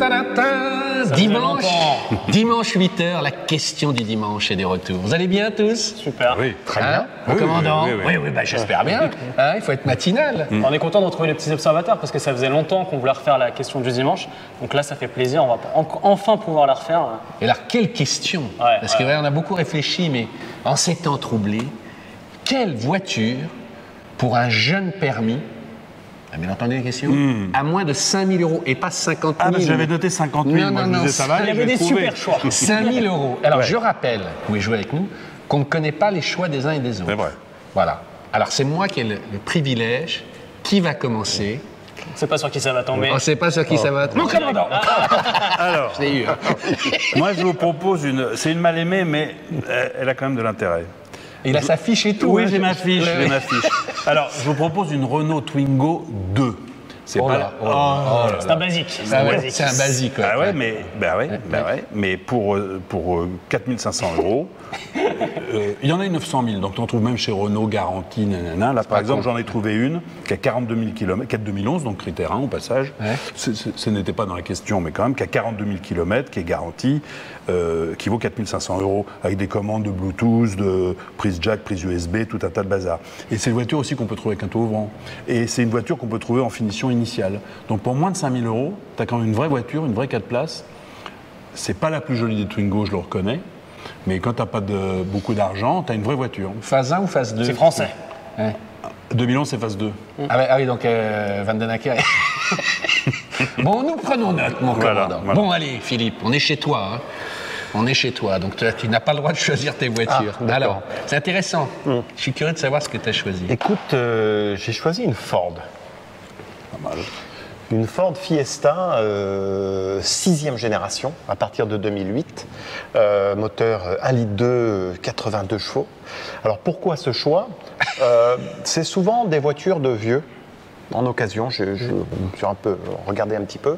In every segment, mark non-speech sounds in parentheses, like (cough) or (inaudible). fait Dimanche, longtemps. dimanche 8h, la question du dimanche et des retours. Vous allez bien tous Super. Oui, très Hein Mon bien. Oui, oui, commandant oui, oui, oui. bah, j'espère (laughs) bien. Hein, il faut être matinal. On est content de retrouver les petits observateurs parce que ça faisait longtemps qu'on voulait refaire la question du dimanche. Donc là, ça fait plaisir. On va en- enfin pouvoir la refaire. Et alors, quelle question Ouais, Parce que ouais, on a beaucoup réfléchi, mais en ces temps troublés, quelle voiture pour un jeune permis ah, bien entendu la question À moins de 5 000 euros et pas 50 000. Hmm. Ah, parce que j'avais noté 50 000, Non, moi, non, je me non, disais, ça va, c'est- Il y je avait vais des trouver. super choix. 5000 euros. Alors je rappelle, vous pouvez jouer avec nous, qu'on ne connaît pas les choix des uns et des autres. C'est vrai. Voilà. Alors c'est moi qui ai le, le privilège. Qui va commencer C'est pas sur qui ça va tomber. On ne sait pas Oh. sur qui ça va. Mon commandant Alors, Je l'ai eu. hein. (laughs) moi, je vous propose une. C'est une mal-aimée, mais euh, elle a quand même de l'intérêt. Il a sa fiche et tout. Oui, hein, j'ai je- ma fiche, Ouais, j'ai ouais. ma fiche. Alors, je vous propose une Renault Twingo 2. C'est Oh pas là, la- oh là, oh là C'est là. un basique. C'est Ah un ouais, basique. C'est un basique. ouais. Ah ouais, mais, bah ouais, bah ouais, mais pour, euh, pour euh, 4500 euros, euh, il y en a une 900 000, donc on trouve même chez Renault, Garantie, nanana. Là, par exemple, j'en ai trouvé une qui a 42 000 km, qui a 2011, donc critère 1 au passage. Ouais. Ce- ce- ce n'était pas dans la question, mais quand même, qui a 42 000 km, qui est garantie, euh, qui vaut 4500 euros, avec des commandes de Bluetooth, de prise jack, prise USB, tout un tas de bazar. Et c'est une voiture aussi qu'on peut trouver avec un taux ouvrant. Et c'est une voiture qu'on peut trouver en finition initiale. Donc pour moins de 5000 euros, tu as quand même une vraie voiture, une vraie 4 places. C'est pas la plus jolie des Twingo, je le reconnais. Mais quand t'as pas de, beaucoup d'argent, t'as une vraie voiture. Phase 1 ou phase 2 C'est français. 2011, c'est phase 2. Ah, ouais, ah oui, donc euh, Van Den Acker. (laughs) bon, nous prenons note, mon Voilà, commandant. voilà. Bon, allez, Philippe, on est chez toi. hein. On est chez toi, donc tu, tu n'as pas le droit de choisir tes voitures. Alors, c'est intéressant. Mm. Je suis curieux de savoir ce que tu as choisi. Écoute, euh, j'ai choisi une Ford. Une Ford Fiesta, euh, sixième génération, à partir de 2008, euh, moteur euh, 1,2 litre, euh, 82 chevaux. Alors pourquoi ce choix Euh, (laughs) C'est souvent des voitures de vieux, en occasion, je, je me suis un peu regardé un petit peu.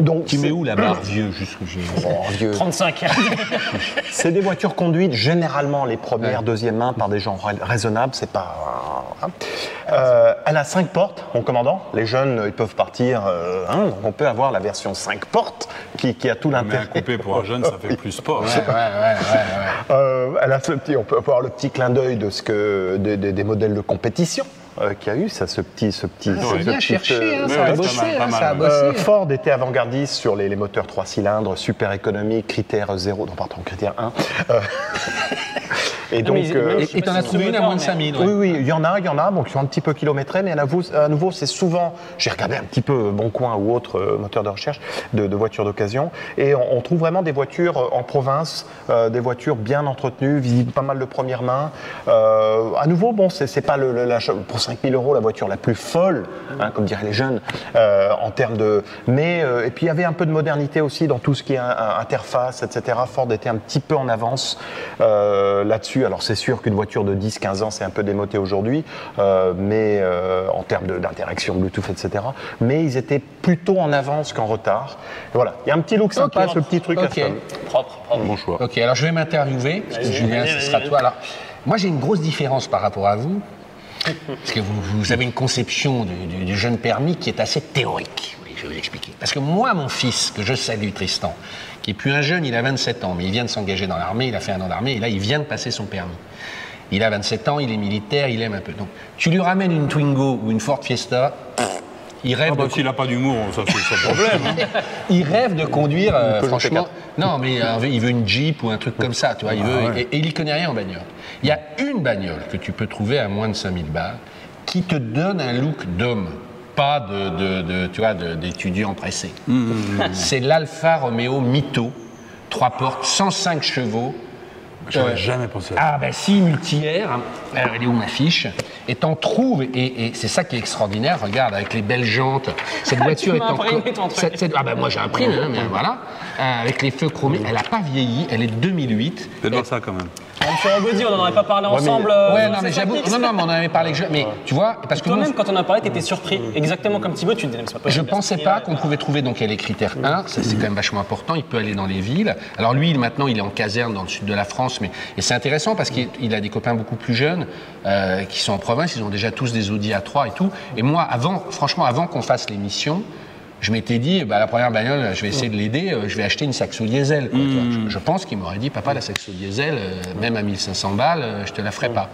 Donc, Tu mets c'est- où la (coughs) barre Oh. vieux, juste (coughs) que j'ai. Bon, vieux. 35. (laughs) C'est des voitures conduites généralement les premières, deuxième main par des gens ra- raisonnables, c'est pas. hein. Euh, elle a cinq portes, mon commandant. Les jeunes, euh, ils peuvent partir. euh, hein, donc on peut avoir la version 5 portes qui, qui a tout Mais l'intérêt. un coupé pour un jeune, ça fait plus sport. Ouais, ouais, ouais, ouais, ouais. Euh, elle a ce petit, on peut avoir le petit clin d'œil de ce que des, des- des modèles de compétition euh, qu'il y a eu, ça, ce petit, ce petit, ce- ouais. ce Bien petit, cherché, hein, euh, ouais, ça a ouais, bossé, pas mal, hein, pas ça a mal. bossé. Euh, Ford était avant-gardiste sur les, les moteurs 3 cylindres, super économique, critère 0, non pardon, critère 1. Euh, (laughs) et Non, mais donc... ils- euh, mais- Et- Et t'en as trouvé une à moins de 5000. oui, oui, il y en a, il y en a, bon, qui sont un petit peu kilométrés, mais à, nouveau- à nouveau, c'est souvent, j'ai regardé un petit peu Bon Coin ou autre euh, moteur de recherche de, de voitures d'occasion, et on, on trouve vraiment des voitures euh, en province, euh, des voitures bien entretenues, visibles, pas mal de première main. Euh, à nouveau, bon, c'est c'est pas le, le- la cho- pour 5000 euros la voiture la plus folle, hein, comme diraient les jeunes, euh, en termes de. Mais, euh, et puis il y avait un peu de modernité aussi dans tout ce qui est hein, interface, etc. Ford était un petit peu en avance euh, là-dessus. Alors c'est sûr qu'une voiture de 10-15 ans, c'est un peu démotée aujourd'hui, euh, mais euh, en termes de- d'interaction Bluetooth, etc. Mais ils étaient plutôt en avance qu'en retard. Et voilà, il y a un petit look sympa, Ok. ce petit truc. Ok. affable. propre, propre. Bon choix. Ok, alors je vais m'interviewer, parce que Vas-y, Julien, vas-y, ce vas-y, sera vas-y. toi. Alors, moi, j'ai une grosse différence par rapport à vous, parce que vous, vous avez une conception du, du- du jeune permis qui est assez théorique. Oui, je vais vous l'expliquer. Parce que moi, mon fils, que je salue, Tristan, qui est plus un jeune, il a 27 ans, mais il vient de s'engager dans l'armée, il a fait un an d'armée, et là, il vient de passer son permis. Il a 27 ans, il est militaire, il aime un peu. Donc, tu lui ramènes une Twingo ou une Ford Fiesta, il rêve de Ah, bah, s'il n'a pas d'humour, ça c'est son problème. hein. il rêve de conduire, euh, Peugeot franchement. Ah P4. Non, mais euh, il veut une Jeep ou un truc comme ça, tu vois. Il veut, et, et il connaît rien en bagnole. Il y a une bagnole que tu peux trouver à moins de 5000 balles qui te donne un look d'homme, pas de, de- de- tu vois, de- d'étudiant pressé. Hmm. C'est l'Alfa Romeo Mito, trois portes, 105 chevaux. J'aurais Euh, jamais pensé à ça. Ah ben si, multi-air, hein. Alors, elle est où ma fiche Et t'en trouves, et, et c'est ça qui est extraordinaire, regarde, avec les belles jantes, Ah, cette voiture Tu est m'as encore... imprimé ton truc. cette- cette- Ah ben moi j'imprime, hein, mais voilà, Euh, avec les feux chromés, elle n'a pas vieilli, elle est 2008. Peut-être voir ça quand même. On fait un body, on n'en aurait pas parlé ensemble. Ouais, euh, non, c'est mais ça, j'avoue, Pix non, non, mais on en avait parlé que je... Mais tu vois, parce que Toi-même, moi, quand on a parlé, t'étais surpris. Exactement comme Thibaut, tu te disais, mais c'est pas je possible. pensais pas qu'on pouvait trouver donc les critères 1, ça c'est quand même vachement important, il peut aller dans les villes. Alors lui, il- maintenant, il est en caserne dans le sud de la France, mais et c'est intéressant parce qu'il il a des copains beaucoup plus jeunes euh, qui sont en province, ils ont déjà tous des Audi A3 et tout. Et moi, avant, franchement, avant qu'on fasse l'émission, je m'étais dit, bah, la première bagnole, je vais essayer de l'aider, euh, je vais acheter une Saxo diesel. quoi, tu vois. Hmm. Je, je pense qu'il m'aurait dit, papa, la Saxo diesel, euh, même à 1500 balles, euh, je te la ferai pas.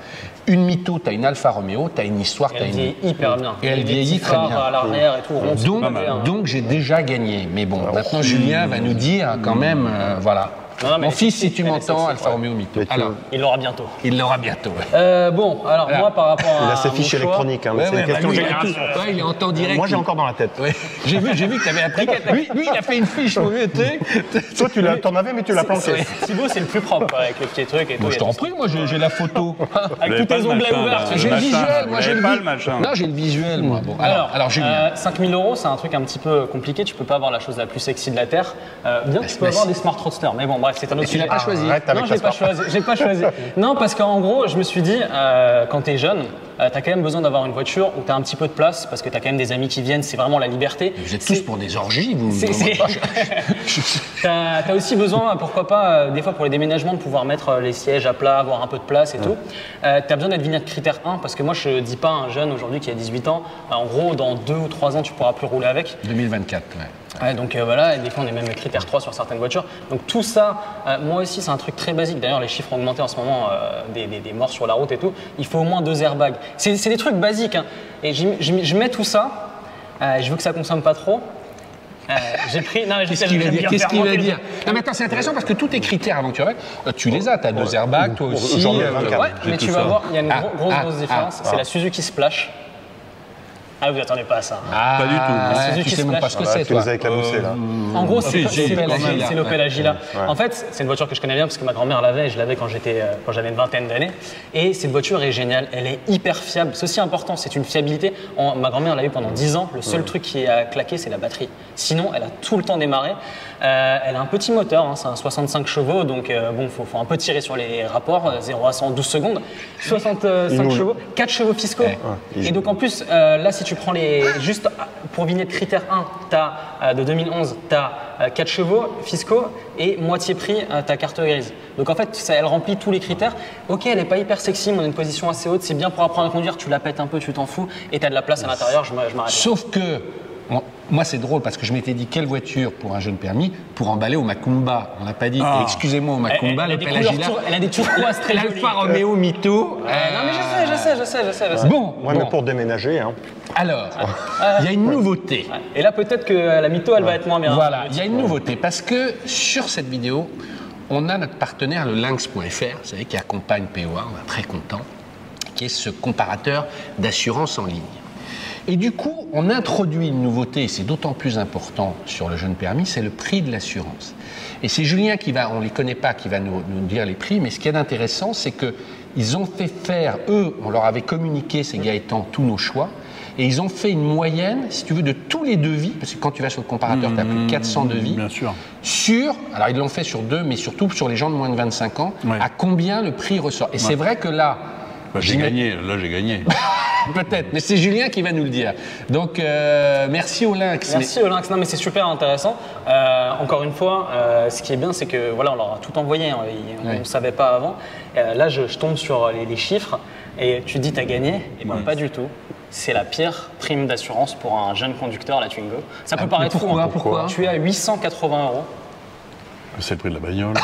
Une mytho, t'as une Alfa Romeo, t'as une histoire, t'as Elle une. vieillit hyper bien. Et elle Les vieillit petits très phares bien. à l'arrière et tout, rond, c'est Donc, pas mal, hein. donc j'ai déjà gagné. Mais bon, maintenant Julien va nous dire quand même, euh, voilà. Non, non, mais Mon fils, c'est- si tu c'est- m'entends, c'est- Alfa ouais. Romeo Mito. Mais tu- Alors, Il l'aura bientôt. il l'aura bientôt. ouais. Euh, bon, alors Voilà. moi par rapport à. Il a ses mon fiches choix- électroniques, hein, mais Ah, Ouais, c'est ouais, une question bah, de lui, génération. ouais, il est en temps direct. Moi, j'ai il- encore dans la tête. Ouais. J'ai vu, j'ai vu que tu avais appris. Lui, lui, il a fait une fiche. mon vieux, tu sais. Toi, tu l'as- t'en avais, mais tu l'as planqué. Thibaut, c'est le plus propre quoi, avec les petits trucs et tout. Moi, il y je a t'en tout- prie, moi, j'ai j'ai la (laughs) photo. Avec tous pas tes le onglets machin, ouverts. là. tu Ah, J'ai le vois. machin, visuel, moi, vous j'ai avez le pas vi- le machin. Non, j'ai le visuel, moi. Bon, alors, Alors, euh, alors, Julien. 5000 euros, c'est un truc un petit peu compliqué. Tu peux pas avoir la chose la plus sexy de la Terre. Euh, bien que tu peux mais avoir c'est- des smart roadsters. Mais bon, bref, c'est un autre tu l'as sujet. pas choisi. Arrête avec Non, la j'ai pas smart. choisi. J'ai (laughs) pas choisi. Non, parce qu'en gros, je me suis dit, euh, quand t'es jeune, euh, t'as quand même besoin d'avoir une voiture où t'as un petit peu de place parce que t'as quand même des amis qui viennent. C'est vraiment la liberté. Vous êtes tous C'est- pour des orgies, vous. C'est- vous- c'est- (laughs) T'as as aussi besoin, pourquoi pas, euh, des fois pour les déménagements, de pouvoir mettre euh, les sièges à plat, avoir un peu de place et tout. Euh, T'as besoin d'être vignette critère 1 parce que moi je dis pas à un jeune aujourd'hui qui a 18 ans, euh, en gros dans 2 ou 3 ans tu pourras plus rouler avec. 2024, ouais. Ouais, donc euh, voilà, et des fois on est même critère 3 sur certaines voitures. Donc tout ça, euh, moi aussi c'est un truc très basique. D'ailleurs les chiffres ont augmenté en ce moment, euh, des, des- des morts sur la route et tout. Il faut au moins deux airbags. C'est c'est des trucs basiques. hein. Et j'y- j'y- je mets tout ça, euh, je veux que ça consomme pas trop. Euh, j'ai pris. Non, mais je Qu'est-ce sais, qu'il va j'aime dire bien Qu'est-ce faire qu'il monter va le dire Non, mais attends, c'est intéressant parce que tous tes critères aventuriels, euh, tu les as. T'as deux airbags, toi aussi. j'en ai euh, 24. ouais. Mais tout tu vas ça. voir, il y a une Ah, gro- grosse, ah, grosse ah, différence, c'est la Suzuki Splash. Ah, vous attendez pas à ça. hein. Ah, Pas du tout. ouais, C'est Tu juste sais même splash. pas ce que Ah, c'est, Tu nous toi. as éclaboussé, là. En gros, c'est si, si, c'est l'Opel quand même, Agila. C'est ouais. l'Opel Agila. Ouais. En fait, c'est une voiture que je connais bien parce que ma grand-mère l'avait et je l'avais quand j'étais, euh, quand j'avais une vingtaine d'années. Et cette voiture est géniale, elle est hyper fiable. Ceci important, c'est une fiabilité. En- ma grand-mère l'a eu pendant 10 ans. Le seul truc qui a claqué, c'est la batterie. Sinon, elle a tout le temps démarré. Euh, elle a un petit moteur, hein, c'est un 65 chevaux, donc euh, bon, faut, faut un peu tirer sur les rapports, euh, 0 à 112 secondes. 65 chevaux, 4 chevaux fiscaux. il- Et donc en plus, euh, là, si tu prends les. Juste pour vignette critère 1, t'as, euh, de 2011, tu as 4 euh, chevaux fiscaux et moitié prix euh, ta carte grise. Donc en fait, ça, elle remplit tous les critères. Ok, elle n'est pas hyper sexy, mais on a une position assez haute, c'est bien pour apprendre à conduire, tu la pètes un peu, tu t'en fous, et tu as de la place à l'intérieur, je m'a- je m'arrête. Sauf que, on- moi c'est drôle parce que je m'étais dit quelle voiture pour un jeune permis pour emballer au Macumba. On n'a pas dit, et excusez-moi, au Macumba, elle, elle a le des Pelagila. couleurs tour- elle a des turquoises très jolies. L'Alfa Romeo Mito. Euh, non mais je sais, je sais, je sais, je sais. Je sais. Bon, Moi, bon. même pour déménager, hein. alors, il y a une nouveauté. Et là peut-être que euh, la mytho, elle va être moins bien. Voilà, il y a une nouveauté parce que sur cette vidéo, on a notre partenaire le lynx.fr, vous savez, qui accompagne POA, on est très content, qui est ce comparateur d'assurance en ligne. Et du coup, on introduit une nouveauté, et c'est d'autant plus important sur le jeune permis, c'est le prix de l'assurance. Et c'est Julien qui va, on ne les connaît pas, qui va nous, nous dire les prix, mais ce qui est intéressant, c'est qu'ils ont fait faire, eux, on leur avait communiqué, ces Gaëtan, tous nos choix, et ils ont fait une moyenne, si tu veux, de tous les devis, parce que quand tu vas sur le comparateur, tu as plus de 400 devis. Mmh, bien sûr. Sur, alors ils l'ont fait sur deux, mais surtout sur les gens de moins de 25 ans, Ouais. à combien le prix ressort. Et c'est vrai que là, Bah, j'ai j'imagine- gagné, là j'ai gagné. Peut-être, mais c'est Julien qui va nous le dire. Donc, euh, merci au Lynx. mais- Merci Olinx, non mais c'est super intéressant. Euh, encore une fois, euh, ce qui est bien, c'est que voilà, on leur a tout envoyé, hein. Ils- on Oui. ne savait pas avant. Euh, là, je, je tombe sur les, les chiffres et tu dis t'as gagné, et ben pas du tout. C'est la pire prime d'assurance pour un jeune conducteur, la Twingo. Ça peut mais paraître fou, Ah, pourquoi, hein. pourquoi Tu es à 880 euros. C'est le prix de (laughs) la bagnole.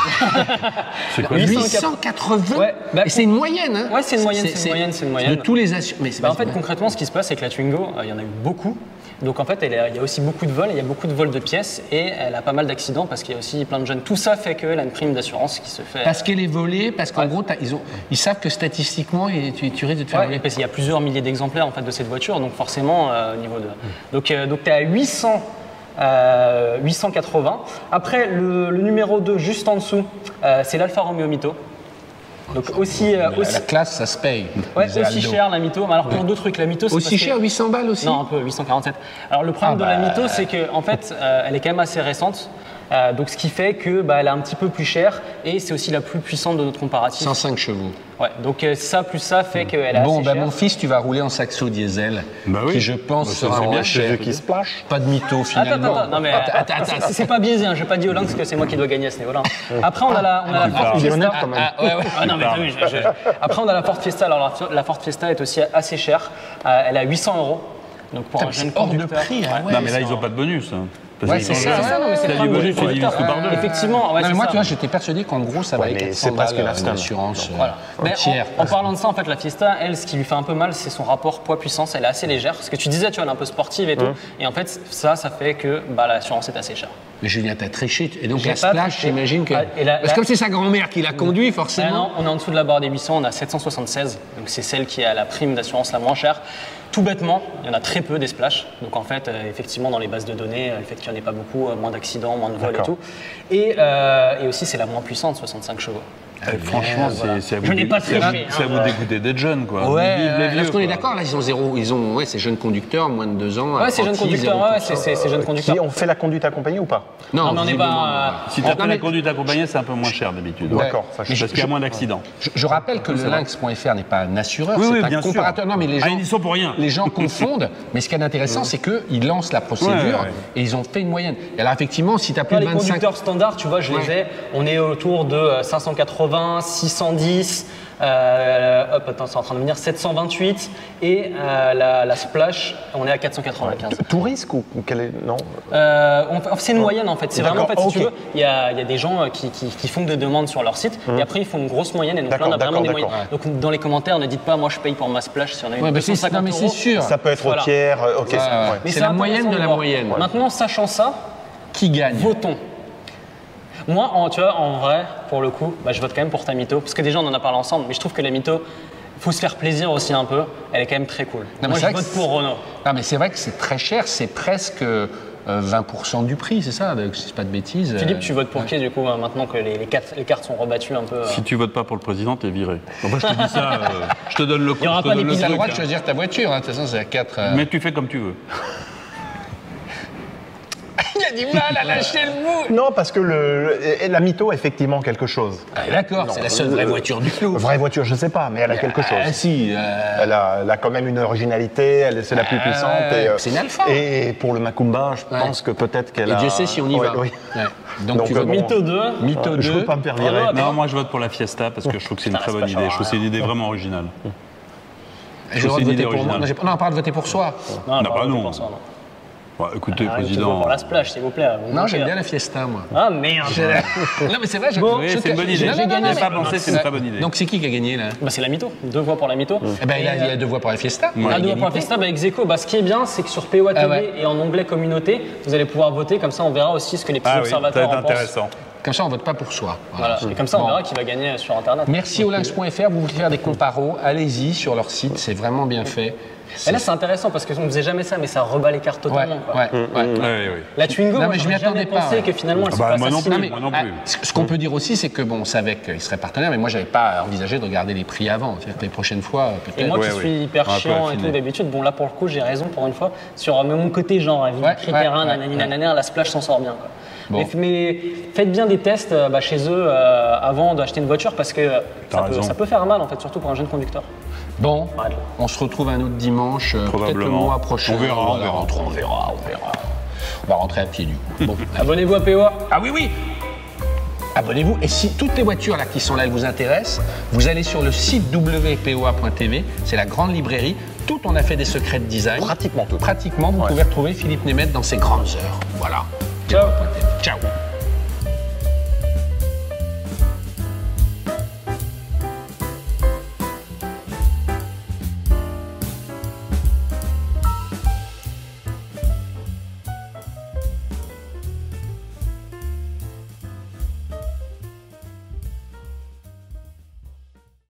C'est quoi 880 Ouais, bah, Et c'est une moyenne, hein Ouais, c'est une moyenne, c'est une moyenne, c'est une moyenne. De tous les assurances. Mais c'est Bah, en pas- fait, concrètement, ce qui se passe, c'est que la Twingo, euh, il y en a eu beaucoup. Donc en fait, elle a- il y a aussi beaucoup de vols, il y a beaucoup de vols de pièces et elle a pas mal d'accidents parce qu'il y a aussi plein de jeunes. Tout ça fait qu'elle a une prime d'assurance qui se fait. Parce qu'elle est volée, parce qu'en Ouais. gros, t'as- ils, ont, ils savent que statistiquement, et tu, tu risques de te faire Ouais, voler. parce qu'il y a plusieurs milliers d'exemplaires en fait de cette voiture, donc forcément euh, au niveau de. Hmm. Donc, euh, donc tu es à 800, euh, 880. Après le, le numéro 2 juste en dessous, euh, c'est l'Alfa Romeo Mito. Donc aussi, euh, La- aussi, La classe, ça se paye. ouais, disait aussi Aldo. cher la Mito. Mais alors pour Ouais. deux trucs, la Mito c'est parce Aussi que- cher, 800 balles aussi non, un peu, 847. Alors le problème Ah de la bah. Mito, c'est qu'en en fait, euh, elle est quand même assez récente. Euh, donc ce qui fait que bah, elle est un petit peu plus chère et c'est aussi la plus puissante de notre comparatif. 105 chevaux. Ouais, donc euh, ça plus ça fait qu'elle est bon, assez bah, chère. mon fils, tu vas rouler en saxo diesel, Bah oui. qui je pense Bah, ça, sera c'est moins bien cher. Qui se plâche. Pas de mytho Attends, finalement. attends, attends, non mais Attends, attends, c'est- c'est pas biaisé, hein, j'ai pas dit au lynx que c'est moi qui dois gagner à ce niveau-là. hein. Après on a la, on a la tu parles. Ford Il est Fiesta. honnête, quand même. Ah, ouais, ouais. Ah, non, mais t'as vu, je- je- Après on a la Ford Fiesta, alors la, Fi- la Ford Fiesta est aussi assez chère, Euh, elle est à 800 euros. Donc pour Putain, un mais jeune c'est hors de conducteur, prix, hein, ouais. Non, mais là, ils n'ont pas de bonus. hein. Parce Ouais, qu'ils c'est ont- ça, ouais, non, mais c'est Là, pas du un bonus, conducteur. ils divisent tout par deux. Effectivement, Non, ouais, mais c'est moi, ça. tu vois, j'étais persuadé qu'en gros, ça valait mais 400 c'est presque balles, une euh, Aston. l'assurance, euh, Voilà. Mais en- entière. en, parlant de ça, en fait, la Fiesta, elle, ce qui lui fait un peu mal, c'est son rapport poids-puissance. Elle est assez légère. Parce que tu disais, tu vois, elle est un peu sportive et tout. Mmh. Et en fait, ça, ça fait que bah, l'assurance est assez chère. Mais Julien, t'as triché. Et donc J'ai la pas splash, triché. j'imagine que. Ah, et la- Parce la- que comme c'est sa grand-mère qui l'a conduit, Ah non, forcément. on est en dessous de la barre des 800, on a 776. Donc c'est celle qui a la prime d'assurance la moins chère. Tout bêtement, il y en a très peu des splash. Donc en fait, euh, effectivement, dans les bases de données, euh, le fait qu'il n'y en ait pas beaucoup, euh, moins d'accidents, moins de vols et tout. Et, euh, et aussi, c'est la moins puissante, 65 chevaux. Eh, Franchement, c'est c'est à vous Je n'ai dé- pas c'est à vous- triché, hein. c'est à vous dégoûter d'être jeune, quoi. Vive les Ouais, vieux, parce qu'on est quoi. d'accord, là, ils ont zéro. Ils ont, ouais, ces jeunes conducteurs, moins de deux ans. Ouais, c'est jeune apprentis, conducteur. zéro Ouais, pour- c'est- c'est c'est jeune conducteur. Qui on fait la conduite accompagnée ou pas Non, mais on n'est pas. euh, visiblement, euh, Si tu as fait la conduite accompagnée, c'est un peu moins cher d'habitude. ouais. D'accord, ça, je- Parce qu'il y a moins d'accidents. Je, je rappelle que le lynx.fr n'est pas un assureur, Oui, c'est oui, un bien sûr. comparateur. Non, mais les Ah, gens, ils y sont pour rien. Les gens confondent, mais ce qui est intéressant, c'est qu'ils lancent la procédure Ouais, ouais, Ah, ouais. et ils ont fait une moyenne. Et alors, effectivement, si tu as plus Là, de les 25 conducteurs standards, tu vois, je les Ouais. ai. On est autour de euh, 580, 610, euh, hop, attends, c'est en train de venir 728 et euh, la, la splash, on est à 495. Tout risque ou ou quel est. Non Euh, on- c'est une moyenne en fait. C'est vraiment en D'accord, fait, si tu veux, ok. il y, a il y a des gens euh, qui, qui- qui font des demandes sur leur site et après ils font une grosse moyenne et donc là on a Hum. D'accord, vraiment des d'accord, moyennes. Donc dans les commentaires, ne dites pas moi je paye pour ma splash si on a une Ouais, mais c'est non, 250 mais c'est euros. sûr. Ça peut être Voilà. au tiers, euh, ok. ça- ouais. ouais. Mais C'est la intéressant moyenne de la voir. moyenne. Ouais. Maintenant, sachant ça, qui gagnent. Votons. Moi, en, tu vois, en vrai, pour le coup, bah, je vote quand même pour ta mytho. Parce que déjà, on en a parlé ensemble, mais je trouve que la mytho, faut se faire plaisir aussi un peu. Elle est quand même très cool. Non, mais Moi, c'est je vrai que vote c'est- pour Renault. Non, mais c'est vrai que c'est très cher, c'est presque euh, 20% du prix, c'est ça, donc, si c'est pas de bêtises. Philippe, euh, tu votes pour qui, du coup, hein, maintenant que les, les quatre- les cartes sont rebattues un peu euh, Si tu votes pas pour le président, t'es viré. Enfin, je te dis ça, euh, je te donne le coup. Il y aura je te pas donne le T'as le truc, droit de hein. choisir ta voiture, hein, de toute façon, c'est à 4. Mais tu fais comme tu veux. Ah, Il a du mal à lâcher le bout Non, parce que le, le- et- et la mytho a effectivement quelque chose. Ah, D'accord, c'est la seule vraie voiture du lot. Vraie voiture, je sais pas, mais elle a quelque chose. Ah, si. euh, Elle a, elle a quand même une originalité, elle- c'est la plus Ah, puissante. et, euh, c'est une alpha. Et pour le Macumba, je pense que peut-être qu'elle Et a. Dieu sait si on y Ouais, va. oui. Ouais. Donc, Donc, tu euh, votes bon. Mytho 2. Mytho Je 2. peux pas me faire virer. Renault, Non, moi je vote pour la fiesta parce que je trouve que c'est une Ah, très bonne idée. Je trouve que c'est une hein. idée vraiment originale. J'ai le C'est droit de une voter idée pour moi. originale. Non, j'ai pas- non, on parle de voter pour soi. on Ah, va bah voter non. pour ça, non. Ouais, écoutez, Ah, je te vote président. euh, pour la splash, s'il vous plaît. vous Non, me j'aime faites. bien la fiesta, (laughs) moi. Ah merde non, mais c'est vrai, je- Bon, Oui, je- c'est une bonne idée. Non, non, non, J'ai non, pas mais- pensé, c'est une très bonne idée. Donc, c'est qui qui a gagné, là Bah, c'est la mytho. Deux voix pour la mytho. Eh ben, il a, il a deux voix pour la fiesta. Ouais. Ah, de pour la Égalité. fiesta, bah, ex aequo. Bah, ce qui est bien, c'est que sur POA TV Ah ouais. et en onglet communauté, vous allez pouvoir voter. Comme ça, on verra aussi ce que les petits Ah oui, ça va observateurs être en pensent. intéressant. Comme ça, on vote pas pour soi. Voilà. Voilà. Et comme ça, on Mmh. Bon. verra qui va gagner sur Internet. Merci au lynx.fr, vous voulez faire des comparos, allez-y sur leur site, c'est vraiment bien fait. Et là, c'est intéressant parce qu'on ne faisait jamais ça, mais ça rebat les cartes Ouais, totalement. quoi. ouais, Mm, ouais. Ouais, ouais. La Twingo, Non, moi, mais je j'aurais m'y attendais jamais pas, pensé ouais. que finalement, elle Ah se bah, passe moi non assassiner. plus, mais, moi non plus. ah, ce ce qu'on peut dire aussi, c'est que bon, on savait qu'ils seraient partenaires, mais moi, j'avais pas envisagé de regarder les prix avant. C'est-à-dire que les prochaines fois, Et peut-être. moi Ouais, qui ouais. suis hyper Un peu chiant et affiné. tout d'habitude, bon là pour le coup j'ai raison pour une fois, sur euh, mon côté genre, vie Ouais, de prix ouais, terrain, ouais, nanani, ouais. nanana, la splash s'en sort bien. quoi. Bon. Mais, mais faites bien des tests euh, bah, chez eux euh, avant d'acheter une voiture parce que euh, T'as ça peut, raison. ça peut faire mal en fait, surtout pour un jeune conducteur. Bon, Ouais. on se retrouve un autre dimanche, euh, peut-être le Probablement. mois prochain. On verra, on Voilà, verra. rentre- on verra, on verra. On va rentrer à pied du coup. (laughs) Bon, Abonnez-vous à POA. Ah oui, oui Abonnez-vous. Et si toutes les voitures là qui sont là, elles vous intéressent, vous allez sur le site wpoa.tv, c'est la grande librairie. Tout, on a fait des secrets de design. Pratiquement tout. Pratiquement, vous pouvez retrouver Philippe Nemeth dans ses grandes heures. Voilà. Ciao. Ciao